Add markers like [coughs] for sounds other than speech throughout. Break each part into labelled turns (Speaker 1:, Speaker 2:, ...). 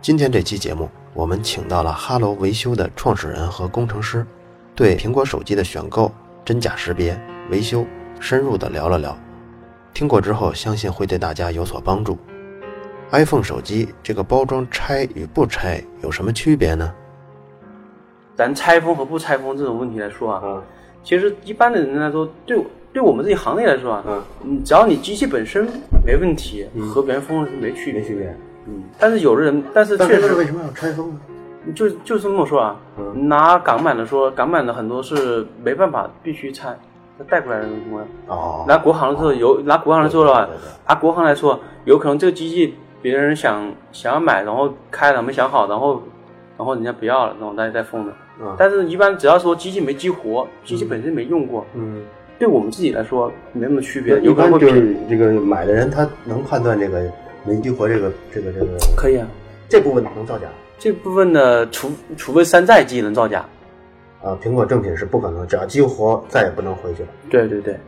Speaker 1: 今天这期节目，我们请到了哈罗维修的创始人和工程师，对苹果手机的选购、真假识别、维修深入的聊了聊。听过之后，相信会对大家有所帮助。iPhone 手机这个包装拆与不拆有什么区别呢？
Speaker 2: 咱拆封和不拆封这种问题来说啊，
Speaker 1: 嗯
Speaker 2: 其实一般的人来说，对我对我们这一行业来说啊，
Speaker 1: 嗯
Speaker 2: 嗯，只要你机器本身没问题，和原封是没区别。
Speaker 1: 区别。嗯，
Speaker 2: 但是有的人，但是
Speaker 1: 但
Speaker 2: 确
Speaker 1: 是为
Speaker 2: 实
Speaker 1: 什么要拆封呢？
Speaker 2: 就就是这么说啊，
Speaker 1: 嗯
Speaker 2: 拿港版的说，港版的很多是没办法必须拆，带过来的东西。
Speaker 1: 哦，
Speaker 2: 拿国行的时候有，拿国行来说啊的话
Speaker 1: 对对对，
Speaker 2: 拿国行来说，有可能这个机器别人想想要买，然后开了没想好，然后然后人家不要了，然后大家再封的。
Speaker 1: 嗯
Speaker 2: 但是，一般只要说机器没激活，机器本身没用过，
Speaker 1: 嗯，
Speaker 2: 对我们自己来说没什么区别。
Speaker 1: 一
Speaker 2: 有可
Speaker 1: 般
Speaker 2: 能会
Speaker 1: 就
Speaker 2: 偏
Speaker 1: 是这个买的人他能判断这个没激活这个这个这个
Speaker 2: 可以啊，
Speaker 1: 这部分能造假
Speaker 2: 这部分的除除非山寨机能造假。
Speaker 1: 啊，苹果正品是不可能，只要激活再也不能回去了。
Speaker 2: 对对对，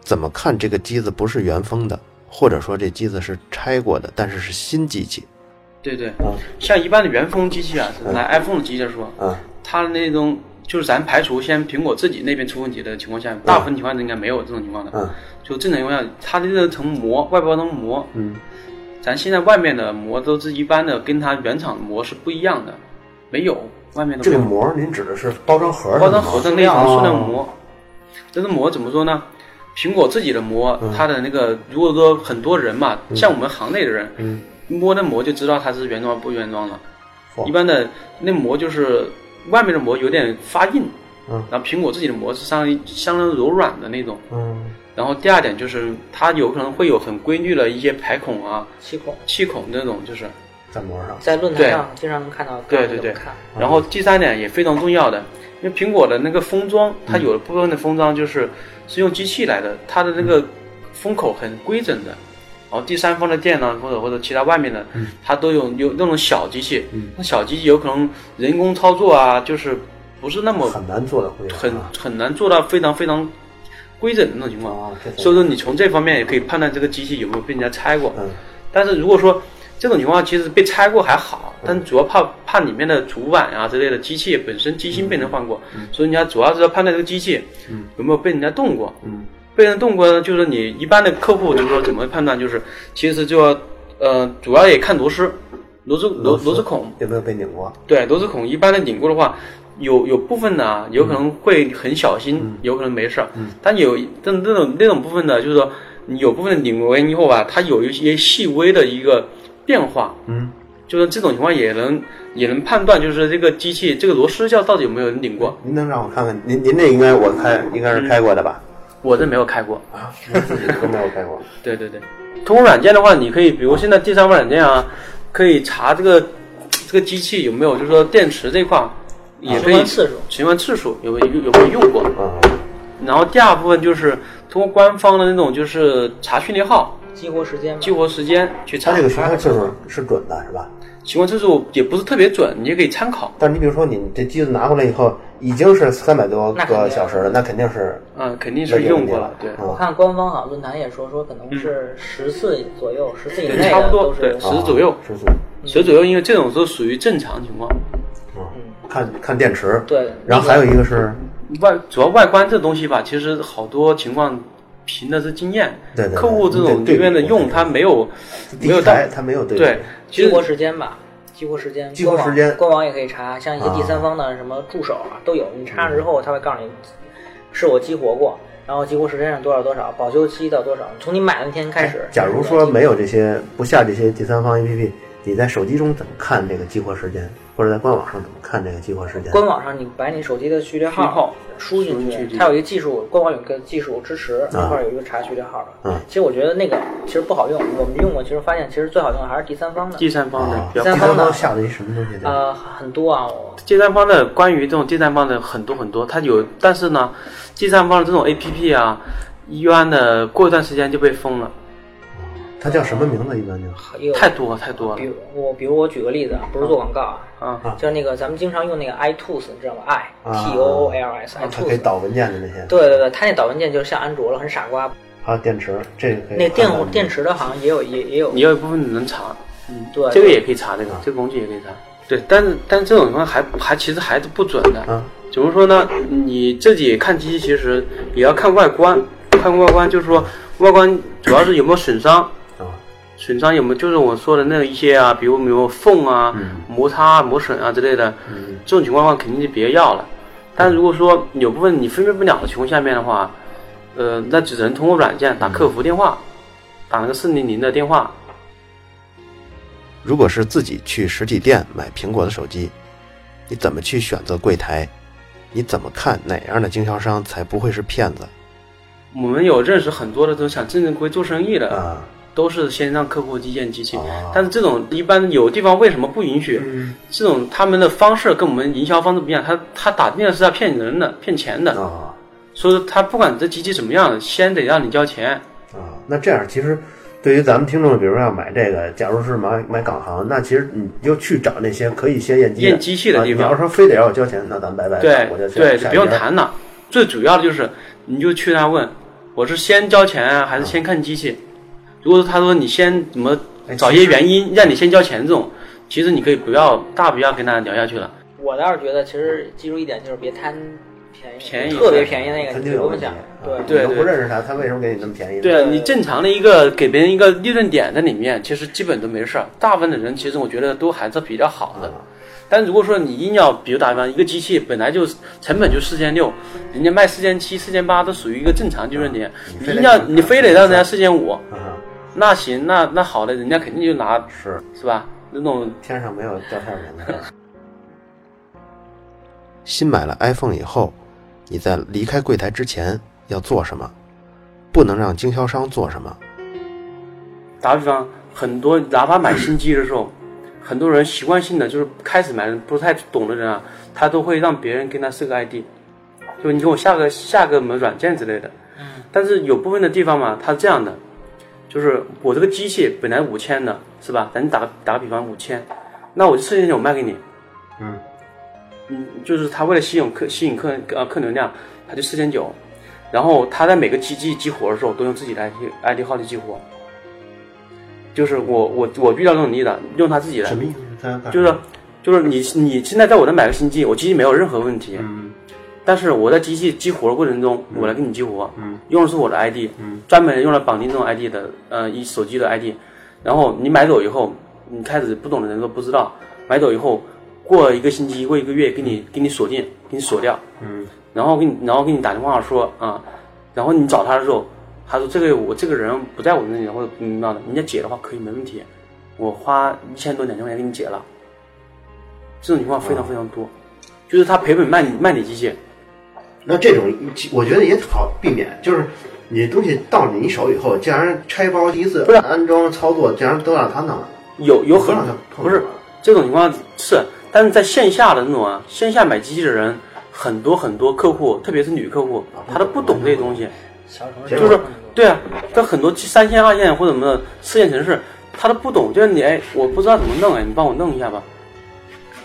Speaker 1: 怎么看这个机子不是原封的，或者说这机子是拆过的，但是是新机器
Speaker 2: 对对，
Speaker 1: 啊嗯
Speaker 2: 像一般的原封机器啊，是拿 iPhone 的机器来说，
Speaker 1: 啊
Speaker 2: 它那种就是咱排除先苹果自己那边出问题的情况
Speaker 1: 嗯
Speaker 2: 下，大部分情况下应该没有这种情况的。
Speaker 1: 啊
Speaker 2: 就正常情况下，它的那层膜外包装膜，
Speaker 1: 嗯
Speaker 2: 咱现在外面的膜都是一般的，跟它原厂的膜是不一样的，没有外面的
Speaker 1: 这个
Speaker 2: 膜
Speaker 1: 膜您指的是包装盒
Speaker 2: 包装盒的那层塑料
Speaker 1: 哦
Speaker 2: 膜。但是膜怎么说呢？苹果自己的膜，
Speaker 1: 嗯
Speaker 2: 它的那个如果说很多人嘛，像我们行内的人，
Speaker 1: 嗯
Speaker 2: 摸那膜就知道它是原装不原装了。
Speaker 1: 嚯
Speaker 2: 一般的那膜就是外面的膜有点发硬，
Speaker 1: 嗯
Speaker 2: 然后苹果自己的膜是相当于相当柔软的那种。
Speaker 1: 嗯
Speaker 2: 然后第二点就是它有可能会有很规律的一些排孔啊、
Speaker 3: 气孔，
Speaker 2: 气孔那种，就是。
Speaker 1: 在膜上
Speaker 3: 在论坛上经常能看到各
Speaker 2: 对
Speaker 3: 种
Speaker 2: 对
Speaker 3: 怎
Speaker 2: 对
Speaker 3: 么看，
Speaker 2: 然后第三点也非常重要的，因为苹果的那个封装，它有的部分的封装就是是用机器来的，它的那个封口很规整的。然后第三方的店呢，或者或者其他外面的，它都有有那种小机器，那小机器有可能人工操作啊，就是不是那么
Speaker 1: 很难做的回来
Speaker 2: 很
Speaker 1: 啊
Speaker 2: 很难做到非常非常规整的那种情况。
Speaker 1: 啊，这才
Speaker 2: 所以说你从这方面也可以判断这个机器有没有被人家拆过。
Speaker 1: 嗯
Speaker 2: 但是如果说这种情况其实被拆过还好，但主要怕怕里面的主板啊之类的机器本身机芯被人换过，所以人家主要是要判断这个机器有没有被人家动过。
Speaker 1: 嗯
Speaker 2: 被人动过呢，就是你一般的客户就是说怎么判断，就是其实就要呃主要也看螺丝，螺丝螺螺丝孔，
Speaker 1: 有没有被拧过？
Speaker 2: 对螺丝孔一般的拧过的话。有有部分呢啊，有可能会很小心，有可能没事儿。但有但那种那种部分呢，就是说你有部分的拧完以后吧，它有一些细微的一个变化，
Speaker 1: 嗯
Speaker 2: 就是这种情况也能也能判断，就是这个机器这个螺丝叫到底有没有人拧过。
Speaker 1: 您能让我看看？您您这应该我开应该是开过的吧？
Speaker 2: 我这没有开过。
Speaker 1: 啊，自己都没有开过。
Speaker 2: 对对对，通过软件的话，你可以比如现在第三方软件啊，可以查这个这个机器有没有，就是说电池这块儿也可
Speaker 3: 循
Speaker 2: 以
Speaker 3: 环啊次数
Speaker 2: 循环次数有没有有没有用过。
Speaker 1: 嗯
Speaker 2: [laughs] 然后第二部分就是通过官方的那种就是查序列号、
Speaker 3: 激活时间嘛
Speaker 2: 激活时间去查
Speaker 1: 它这个循环次数是准的，是吧？
Speaker 2: 循环次数也不是特别准，你也可以参考。
Speaker 1: 但是你比如说，你这机子拿回来以后，已经是三百多
Speaker 3: 那肯定
Speaker 1: 个小时了，那肯定是
Speaker 2: 嗯，肯定是用过了，对。
Speaker 3: 我
Speaker 1: 嗯
Speaker 4: 哦
Speaker 3: 看官方好像论坛也说，说可能是十次左右，十次以内
Speaker 2: 嗯对差
Speaker 3: 的
Speaker 2: 不多
Speaker 3: 都是
Speaker 2: 对十左右
Speaker 1: 十左
Speaker 2: 十左右，因为这种都属于正常情况。
Speaker 1: 右。
Speaker 4: 哦
Speaker 1: 嗯，看看电池。
Speaker 3: 对
Speaker 1: 然后还有一个是，
Speaker 2: 外主要外观这东西吧，其实好多情况凭的是经验。
Speaker 1: 对对对
Speaker 2: 客户这种
Speaker 1: 对
Speaker 2: 这
Speaker 1: 对
Speaker 2: 边的用，他没有
Speaker 1: 第
Speaker 2: 没有
Speaker 1: 一
Speaker 2: 到
Speaker 1: 台它没有对比
Speaker 2: 对，其
Speaker 3: 激
Speaker 2: 实
Speaker 3: 活时间吧，激活时间，
Speaker 1: 激活时间啊
Speaker 3: 官网官网也可以查，像一些第三方的什么助手啊都有，你查上之后他会告诉你是我激活过，然后激活时间是多少多少，
Speaker 1: 哎
Speaker 3: 保修期到多少，从你买的那天开始。
Speaker 1: 假如说没有这些不下这些第三方 APP，
Speaker 4: 你在手机中怎么看这个激活时间，或者在官网上怎么看这个激活时间？
Speaker 3: 官网上你把你手机的序列
Speaker 2: 序号
Speaker 3: 号输进
Speaker 2: 输进去
Speaker 3: 去，它有一个技术，官网有一个技术支持，那块儿有一个查序列号的。
Speaker 4: 嗯
Speaker 3: 其实我觉得那个其实不好用，我们用过，其实发现其实最好用的还是第三方的。
Speaker 2: 第三方的
Speaker 4: 啊，
Speaker 2: 比较
Speaker 3: 第
Speaker 4: 第
Speaker 3: 三
Speaker 4: 三
Speaker 3: 方
Speaker 4: 方
Speaker 3: 的
Speaker 4: 下的一什么东西？对吧
Speaker 3: 呃，很多啊，我
Speaker 2: 第三方的关于这种第三方的很多很多，它有，但是呢，第三方的这种 A P P 啊，一般的过一段时间就被封了，
Speaker 4: 它叫什么名字？一般就
Speaker 3: 也有
Speaker 2: 太多了太多
Speaker 3: 比
Speaker 2: 了
Speaker 3: 如我比如我举个例子啊，不是做广告啊，
Speaker 2: 啊！
Speaker 3: 就是那个咱们经常用那个 iTunes，你知道吗？i
Speaker 4: 啊
Speaker 3: t o o l s
Speaker 4: 它可以
Speaker 3: iTunes。
Speaker 4: 导文件的那些。
Speaker 3: 对对对，它那导文件就是像安卓了，很傻瓜。
Speaker 4: 还有电池，这个可以
Speaker 3: 那电
Speaker 4: 看到
Speaker 3: 电池的好像也有也也有
Speaker 2: 你，有一部分你能查，嗯，
Speaker 3: 对
Speaker 2: 这个也可以查，这个
Speaker 4: 啊
Speaker 2: 这个工具也可以查。对，但是但这种情况还还其实还是不准的。
Speaker 4: 啊，
Speaker 2: 怎么说呢？你自己看机器其实也要看外观，看外观就是说外观主要是有没有损伤， [coughs]
Speaker 4: 啊，
Speaker 2: 损伤有没有就是我说的那一些啊，比如有没有缝啊、
Speaker 4: 嗯
Speaker 2: 摩擦、啊、磨损啊之类的，
Speaker 4: 嗯
Speaker 2: 这种情况的话肯定就别要了。但如果说有部分你分辨不了的情况下面的话，呃，那只能通过软件打客服电话，打那个四零零的电话，
Speaker 1: 如果是自己去实体店买苹果的手机，你怎么去选择柜台？你怎么看哪样的经销商才不会是骗子？
Speaker 2: 我们有认识很多的这种想正正规做生意的，
Speaker 4: 啊，
Speaker 2: 都是先让客户去验机器。
Speaker 4: 哦
Speaker 2: 但是这种一般有地方为什么不允许？
Speaker 4: 嗯
Speaker 2: 这种他们的方式跟我们营销方式不一样，他他打电话是要骗人的、骗钱的，
Speaker 4: 啊
Speaker 2: 所以说他不管这机器怎么样，先得让你交钱。
Speaker 4: 啊，那这样其实。对于咱们听众，比如说要买这个，假如是买买港行，那其实你就去找那些可以先验机
Speaker 2: 验机器的
Speaker 4: 啊
Speaker 2: 地方
Speaker 4: 你要说非得要我交钱，那咱们拜拜，
Speaker 2: 对
Speaker 4: 我就去
Speaker 2: 对，
Speaker 4: 下
Speaker 2: 不用
Speaker 4: 家
Speaker 2: 谈了。最主要的就是，你就去那问，我是先交钱啊，还是先看机器？如果说他说你先怎么
Speaker 4: 嗯哎
Speaker 2: 找一些原因让你先交钱这种，其实你可以不要大不要跟他聊下去了。
Speaker 3: 我倒是觉得，其实记住一点就是别贪便宜，
Speaker 2: 便宜
Speaker 3: 特别便宜那个
Speaker 4: 肯
Speaker 3: 你
Speaker 4: 定
Speaker 3: 就
Speaker 4: 有
Speaker 3: 不
Speaker 4: 问
Speaker 3: 用
Speaker 4: 题
Speaker 3: 想
Speaker 4: 啊。。
Speaker 3: 对
Speaker 4: 你
Speaker 2: 对
Speaker 4: 都
Speaker 2: 对
Speaker 4: 不认识他，他为什么给你那么便宜呢？
Speaker 2: 对啊，你正常的一个给别人一个利润点在里面，其实基本都没事儿。大部分的人其实我觉得都还是比较好
Speaker 4: 啊
Speaker 2: 的。但如果说你硬要，比如打比方，一个机器本来就是成本就四千六，人家卖四千七、四千八都属于一个正常利润点，
Speaker 4: 啊你
Speaker 2: 你硬
Speaker 4: 非得
Speaker 2: 要
Speaker 4: 看看
Speaker 2: 你非得让人家四千五，
Speaker 4: 啊，
Speaker 2: 那行，那那好的，人家肯定就拿
Speaker 4: 是
Speaker 2: 是吧？那种
Speaker 4: 天上没有掉馅饼的事儿。
Speaker 1: 新买了 iPhone 以后，你在离开柜台之前要做什么？不能让经销商做什么？
Speaker 2: 打比方，很多哪怕买新机的时候，很多人习惯性的就是开始买不太懂的人啊，他都会让别人跟他设个 ID，就你给我下个下个什么软件之类的。
Speaker 3: 嗯，
Speaker 2: 但是有部分的地方嘛，它是这样的，就是我这个机器本来五千的，是吧？咱打个打个比方，五千，那我就四千九卖给你，
Speaker 4: 嗯
Speaker 2: 嗯，就是他为了吸引客吸引客人呃客流量，他就四千九，然后他在每个机器激活的时候都用自己的 ID ID 号去激活，就是我我我遇到这种例子，用他自己的
Speaker 4: 什，么意思？他要干
Speaker 2: 就
Speaker 4: 什
Speaker 2: 是
Speaker 4: 么
Speaker 2: 就是你你现在在我这买个新机，我机器没有任何问题，
Speaker 4: 嗯
Speaker 2: 但是我在机器激活的过程中，我来给你激活，
Speaker 4: 嗯
Speaker 2: 用的是我的 ID，
Speaker 4: 嗯
Speaker 2: 专门用来绑定这种 ID 的，呃，一手机的 ID。然后你买走以后，你开始不懂的人都不知道，买走以后，过一个星期、过一个月，给你给你锁定，给你锁掉，
Speaker 4: 嗯
Speaker 2: 然后给你，然后给你打电话说啊、然后你找他的时候，他说这个我这个人不在我那里，或者怎么样的，人家解的话可以没问题，我花一千多两千块钱给你解了，这种情况非常非常多，就是他赔本卖你卖你机械，
Speaker 4: 那这种我觉得也好避免，就是你东西到你手以后，既然拆包第一次
Speaker 2: 不是
Speaker 4: 安装操作，既然都让他弄了，
Speaker 2: 有有很
Speaker 4: 不让他碰
Speaker 2: 不是这种情况是，但是在线下的那种啊，线下买机器的人很多很多客户，特别是女客户
Speaker 4: 啊，
Speaker 2: 她都不懂这些东西。
Speaker 3: 小城市
Speaker 4: 就
Speaker 2: 就是对啊，在很多三线、二线或者什么四线城市，她都不懂。就是你哎，我不知道怎么弄哎，你帮我弄一下吧。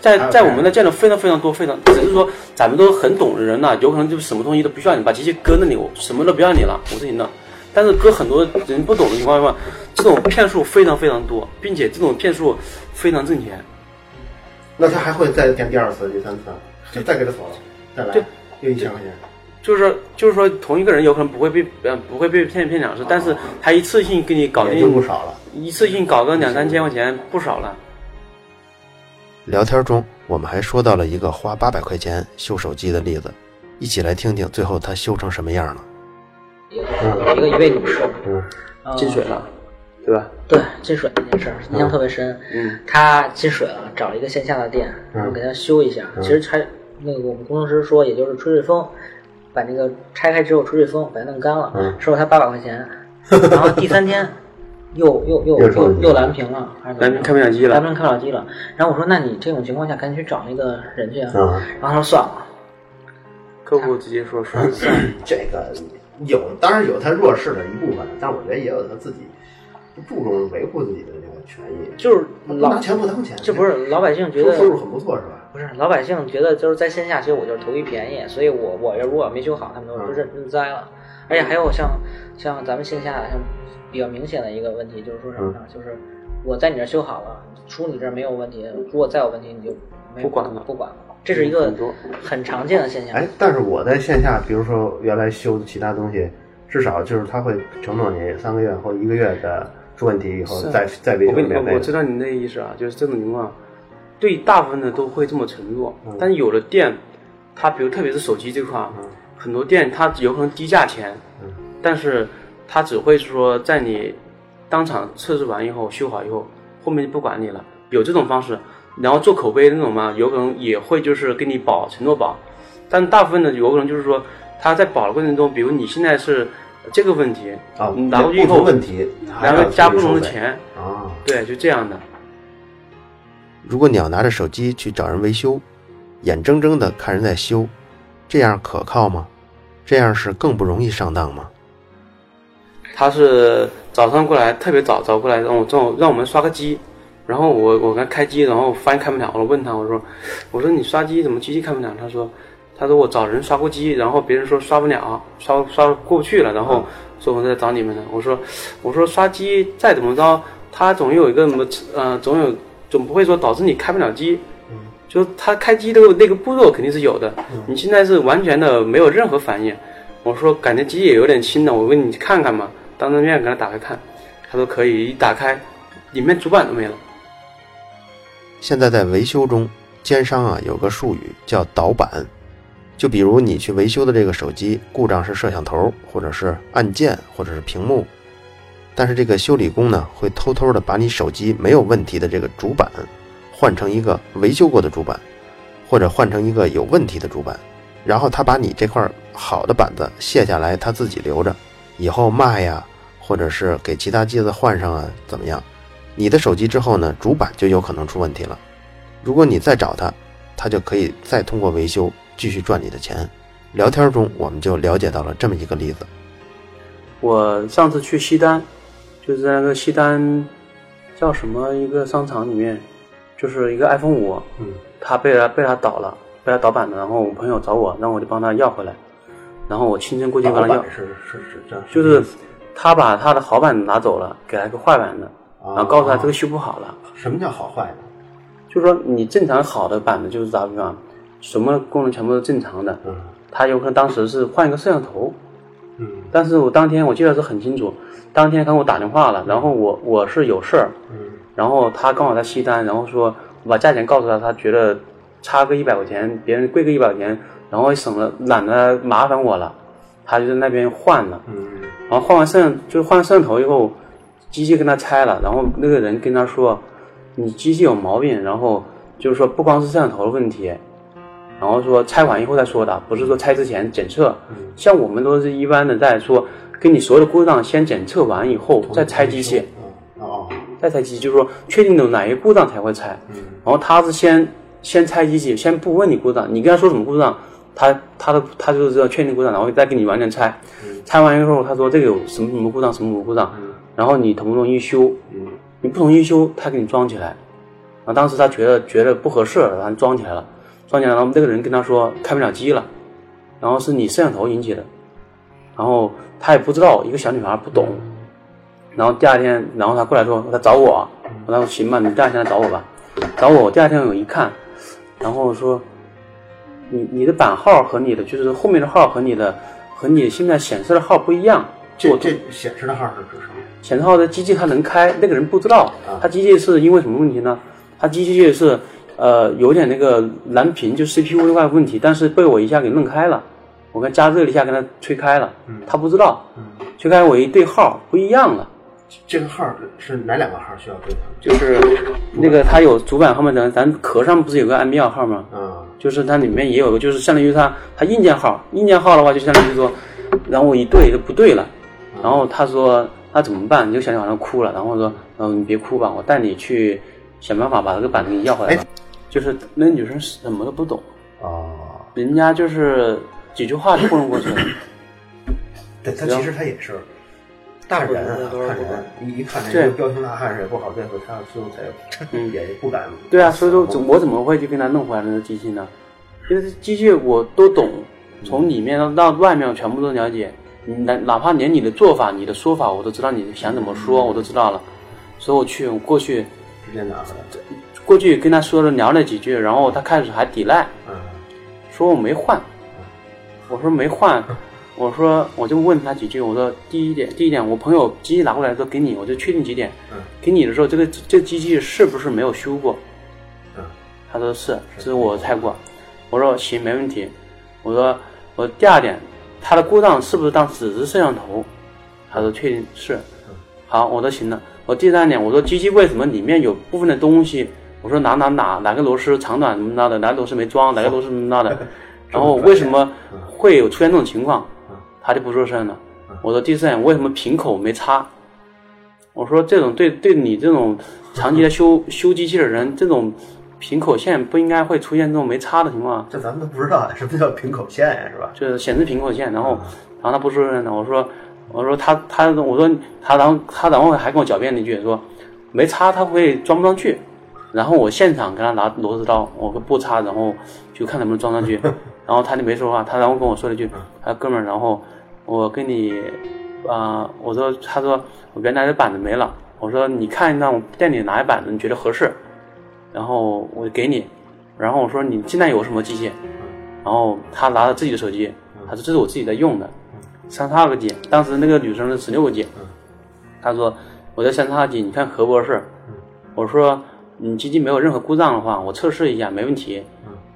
Speaker 4: 还
Speaker 2: 在
Speaker 4: 有
Speaker 2: 在
Speaker 4: 这
Speaker 2: 我
Speaker 4: 样
Speaker 2: 们那见的非常非常多，非常只是说咱们都很懂的人呐、有可能就是什么东西都不需要你，把机器搁那里，我什么都不要你了，我自己弄。但是搁很多人不懂的情况下，这种骗术非常非常多，并且这种骗术非常挣钱。
Speaker 4: 那他还会再垫第二次、第三次，就再给他锁了，再来
Speaker 2: 对
Speaker 4: 又一千块钱。
Speaker 2: 就是就是说，同一个人有可能不会被呃不会被骗骗两次，但是他一次性给你搞
Speaker 4: 也就不
Speaker 2: 定，
Speaker 4: 少了，
Speaker 2: 一次性搞个两三千块钱不少了。
Speaker 1: 聊天中，我们还说到了一个花八百块钱修手机的例子，一起来听听最后他修成什么样了。
Speaker 3: 一个一位女士，
Speaker 4: 嗯，
Speaker 3: 呃
Speaker 2: 进水了，对吧？
Speaker 3: 对进水了那个，回事儿，印象特别深。
Speaker 2: 嗯，
Speaker 3: 他进水了，找了一个线下的店，然后给他修一下。其实拆那个我们工程师说，也就是吹吹风，把那个拆开之后吹吹风，把它弄干了，
Speaker 4: 嗯
Speaker 3: 收了他八百块钱。然后第三天又又又
Speaker 4: 又收了
Speaker 3: 又又蓝屏了，还是
Speaker 2: 蓝屏开不了机了
Speaker 3: 蓝屏开不了机了。然后我说，那你这种情况下赶紧去找那个人去啊。
Speaker 4: 啊，
Speaker 3: 然后他说算了，
Speaker 2: 客户直接说 [laughs] 说，
Speaker 4: 这个有，当然有他弱势的一部分，但我觉得也有他自己不注重维护自己的这个权益，
Speaker 3: 就是
Speaker 4: 他不拿
Speaker 3: 老
Speaker 4: 钱不当钱，
Speaker 3: 这不是老百姓觉
Speaker 4: 收
Speaker 3: 得
Speaker 4: 收入很不错是吧？
Speaker 3: 不是老百姓觉得就是在线下，其实我就是图一便宜，所以我我要如果没修好，他们都
Speaker 4: 嗯
Speaker 3: 就认认栽了。而且还有像像咱们线下像比较明显的一个问题就是说什么呢？
Speaker 2: 嗯
Speaker 3: 就是我在你这儿修好了，出你这儿没有问题，如果再有问题你就没
Speaker 2: 不管了嗯
Speaker 3: 不管了。这是一个
Speaker 2: 很多
Speaker 3: 很常见的现象。
Speaker 4: 哎，但是我在线下，比如说原来修其他东西，至少就是他会承诺你三个月或一个月的出问题以后
Speaker 2: 是
Speaker 4: 再再维
Speaker 2: 我
Speaker 4: 修
Speaker 2: 跟你
Speaker 4: 免
Speaker 2: 我
Speaker 4: 费
Speaker 2: 我知道你那个意思啊，就是这种情况，对大部分的都会这么承诺，
Speaker 4: 嗯
Speaker 2: 但是有的店，它比如特别是手机这块，
Speaker 4: 嗯
Speaker 2: 很多店它有可能低价钱，
Speaker 4: 嗯
Speaker 2: 但是它只会说在你当场测试完以后修好以后，后面就不管你了，有这种方式。然后做口碑那种嘛，有可能也会就是给你保承诺保，但大部分的有可能就是说他在保的过程中，比如你现在是这个问题，
Speaker 4: 啊，
Speaker 2: 你拿过去以
Speaker 4: 不同
Speaker 2: 后，
Speaker 4: 问题，还
Speaker 2: 然
Speaker 4: 要
Speaker 2: 后加
Speaker 4: 自
Speaker 2: 不
Speaker 4: 己收
Speaker 2: 同的
Speaker 4: 费
Speaker 2: 钱，
Speaker 4: 啊，
Speaker 2: 对，就这样的。
Speaker 1: 如果你要拿着手机去找人维修，眼睁睁的看人在修，这样可靠吗？这样是更不容易上当吗？
Speaker 2: 他是早上过来，特别早早过来，让我让我让我们刷个机，然后我我刚开机，然后发现开不了，我问他我说我说你刷机怎么机器开不了？他说他说我找人刷过机，然后别人说刷不了，刷刷过不去了，然后说我在找你们呢。我说我说刷机再怎么着，它总有一个什么呃总有总不会说导致你开不了机。就他开机的那个步骤肯定是有的，你现在是完全的没有任何反应。我说感觉机也有点轻了，我问你看看嘛，当着面给他打开看，他说可以，一打开，里面主板都没了。
Speaker 1: 现在在维修中，奸商啊有个术语叫导板，就比如你去维修的这个手机故障是摄像头，或者是按键，或者是屏幕，但是这个修理工呢会偷偷的把你手机没有问题的这个主板换成一个维修过的主板，或者换成一个有问题的主板，然后他把你这块好的板子卸下来，他自己留着，以后卖呀，或者是给其他机子换上啊，怎么样？你的手机之后呢，主板就有可能出问题了。如果你再找他，他就可以再通过维修继续赚你的钱。聊天中我们就了解到了这么一个例子。
Speaker 2: 我上次去西单，就是在那个西单叫什么一个商场里面，就是一个 iPhone 五，
Speaker 4: 嗯，
Speaker 2: 他被他被他倒了，被他倒板了，然后我朋友找我，让我就帮他要回来，然后我亲身过去
Speaker 4: 老
Speaker 2: 帮他要
Speaker 4: 板，是是是这样，
Speaker 2: 就是他把他的好板拿走了，给他一个坏板的，
Speaker 4: 啊
Speaker 2: 然后告诉他这个修不好了。
Speaker 4: 什么叫好坏呢？
Speaker 2: 就是说你正常好的版的，就是打比方，什么功能全部都正常的，
Speaker 4: 嗯
Speaker 2: 它有可能当时是换一个摄像头，
Speaker 4: 嗯
Speaker 2: 但是我当天我记得是很清楚，当天他给我打电话了，然后我我是有事儿，
Speaker 4: 嗯
Speaker 2: 然后他刚好在西单，然后说我把价钱告诉他，他觉得差个一百块钱，别人贵个一百块钱，然后省了懒得麻烦我了，他就在那边换了，
Speaker 4: 嗯
Speaker 2: 然后换完摄像，就是换完摄像头以后，机器跟他拆了，然后那个人跟他说，你机器有毛病，然后就是说不光是摄像头的问题，然后说拆完以后再说的，不是说拆之前检测，
Speaker 4: 嗯
Speaker 2: 像我们都是一般的在说，跟你所有的故障先检测完以后
Speaker 1: 哦
Speaker 2: 再拆机器，
Speaker 4: 嗯哦
Speaker 2: 再拆机器，就是说确定有哪一个故障才会拆，
Speaker 4: 嗯
Speaker 2: 然后他是先先拆机器，先不问你故障，你跟他说什么故障，他他的他就是要确定故障，然后再给你完全拆。
Speaker 4: 嗯
Speaker 2: 拆完以后，他说这个有什么什么故障，什么什么故障，
Speaker 4: 嗯
Speaker 2: 然后你同不同意修？
Speaker 4: 嗯
Speaker 2: 你不同意修，他给你装起来。然后当时他觉得觉得不合适了，然后装起来了，装起来了。然后那个人跟他说开不了机了，然后是你摄像头引起的，然后他也不知道，一个小女孩不懂。
Speaker 4: 嗯
Speaker 2: 然后第二天，然后他过来说他找我，啊我说行吧，你第二天来找我吧，找我。我第二天我一看，然后说你你的版号和你的就是后面的号和你的和你现在显示的号不一样，
Speaker 4: 这这显示的号是指什么？
Speaker 2: 显示号的机器它能开，那个人不知道
Speaker 4: 啊，
Speaker 2: 他机器是因为什么问题呢？他机器是呃有点那个蓝屏，就 CPU 那块问题，但是被我一下给弄开了，嗯我跟加热了一下，跟他吹开了，他不知道，
Speaker 4: 嗯
Speaker 2: 吹开我一对号不一样了，
Speaker 4: 这个号是哪两个号需要对上？
Speaker 2: 就是那个它有主板号码咱咱壳上不是有个 M 钥号吗？
Speaker 4: 啊，
Speaker 2: 就是它里面也有个，就是相当于它它硬件号，硬件号的话就相当于说，然后我一对就不对了，然后他说那怎么办？你就想想好像哭了，然后说嗯你别哭吧，我带你去想办法把这个板子给要回来吧。就是那女生什么都不懂，
Speaker 4: 哦，
Speaker 2: 人家就是几句话就糊弄过去了。
Speaker 4: 对他其实他也是大人啊，看人一一看这
Speaker 2: 对
Speaker 4: 个彪形大汉是也不好对付，他最后才
Speaker 2: 嗯
Speaker 4: 也不敢。
Speaker 2: 对啊，所以说怎我怎么会去跟他弄回来那个机器呢？因为这机器我都懂，从里面到外面我全部都了解，你哪哪怕连你的做法、你的说法，我都知道你想怎么说，我都知道了。所以我去我过去
Speaker 4: 直接拿回来？
Speaker 2: 过去跟他说了聊了几句，然后他开始还抵赖，
Speaker 4: 嗯，
Speaker 2: 说我没换，我说没换，我说我就问他几句，我说第一点，第一点，我朋友机器拿过来之后给你，我就确定几点
Speaker 4: 嗯，
Speaker 2: 给你的时候，这个这机器是不是没有修过？
Speaker 4: 嗯，
Speaker 2: 他说是，
Speaker 4: 是
Speaker 2: 这是我拆过。我说行，没问题。我说我第二点，他的故障是不是当时只是摄像头？他说确定是。好，我说行了。我第三点，我说机器为什么里面有部分的东西？我说哪哪哪哪个螺丝长短怎么着的，哪个螺丝没装，哪个螺丝怎么 [laughs] 着的。然后为什么会有出现这种情况？他就不做声了。我说第四点，为什么瓶口没插？我说这种对对你这种长期的修修机器的人，这种瓶口线不应该会出现这种没插的情况啊，
Speaker 4: 这咱们都不知道呀，什么叫瓶口线呀，是吧？ [laughs]
Speaker 2: 就是显示瓶口线。然后，然后他不说声了。我说，我说他他我说他，然后他然后还跟我狡辩了一句说，没插他会装不上去。然后我现场给他拿螺丝刀，我说不插，然后就看能不能装上去。然后他就没说话，他然后跟我说了一句，他说哥们儿，然后我跟你，啊、我说他说我原来的板子没了，我说你看让我店里拿一板子，你觉得合适，然后我给你，然后我说你现在有什么机器，然后他拿了自己的手机，他说这是我自己在用的，三十二个 G，当时那个女生是十六个 G，他说我在三十二 G，你看合不合适？我说你机器没有任何故障的话，我测试一下没问题，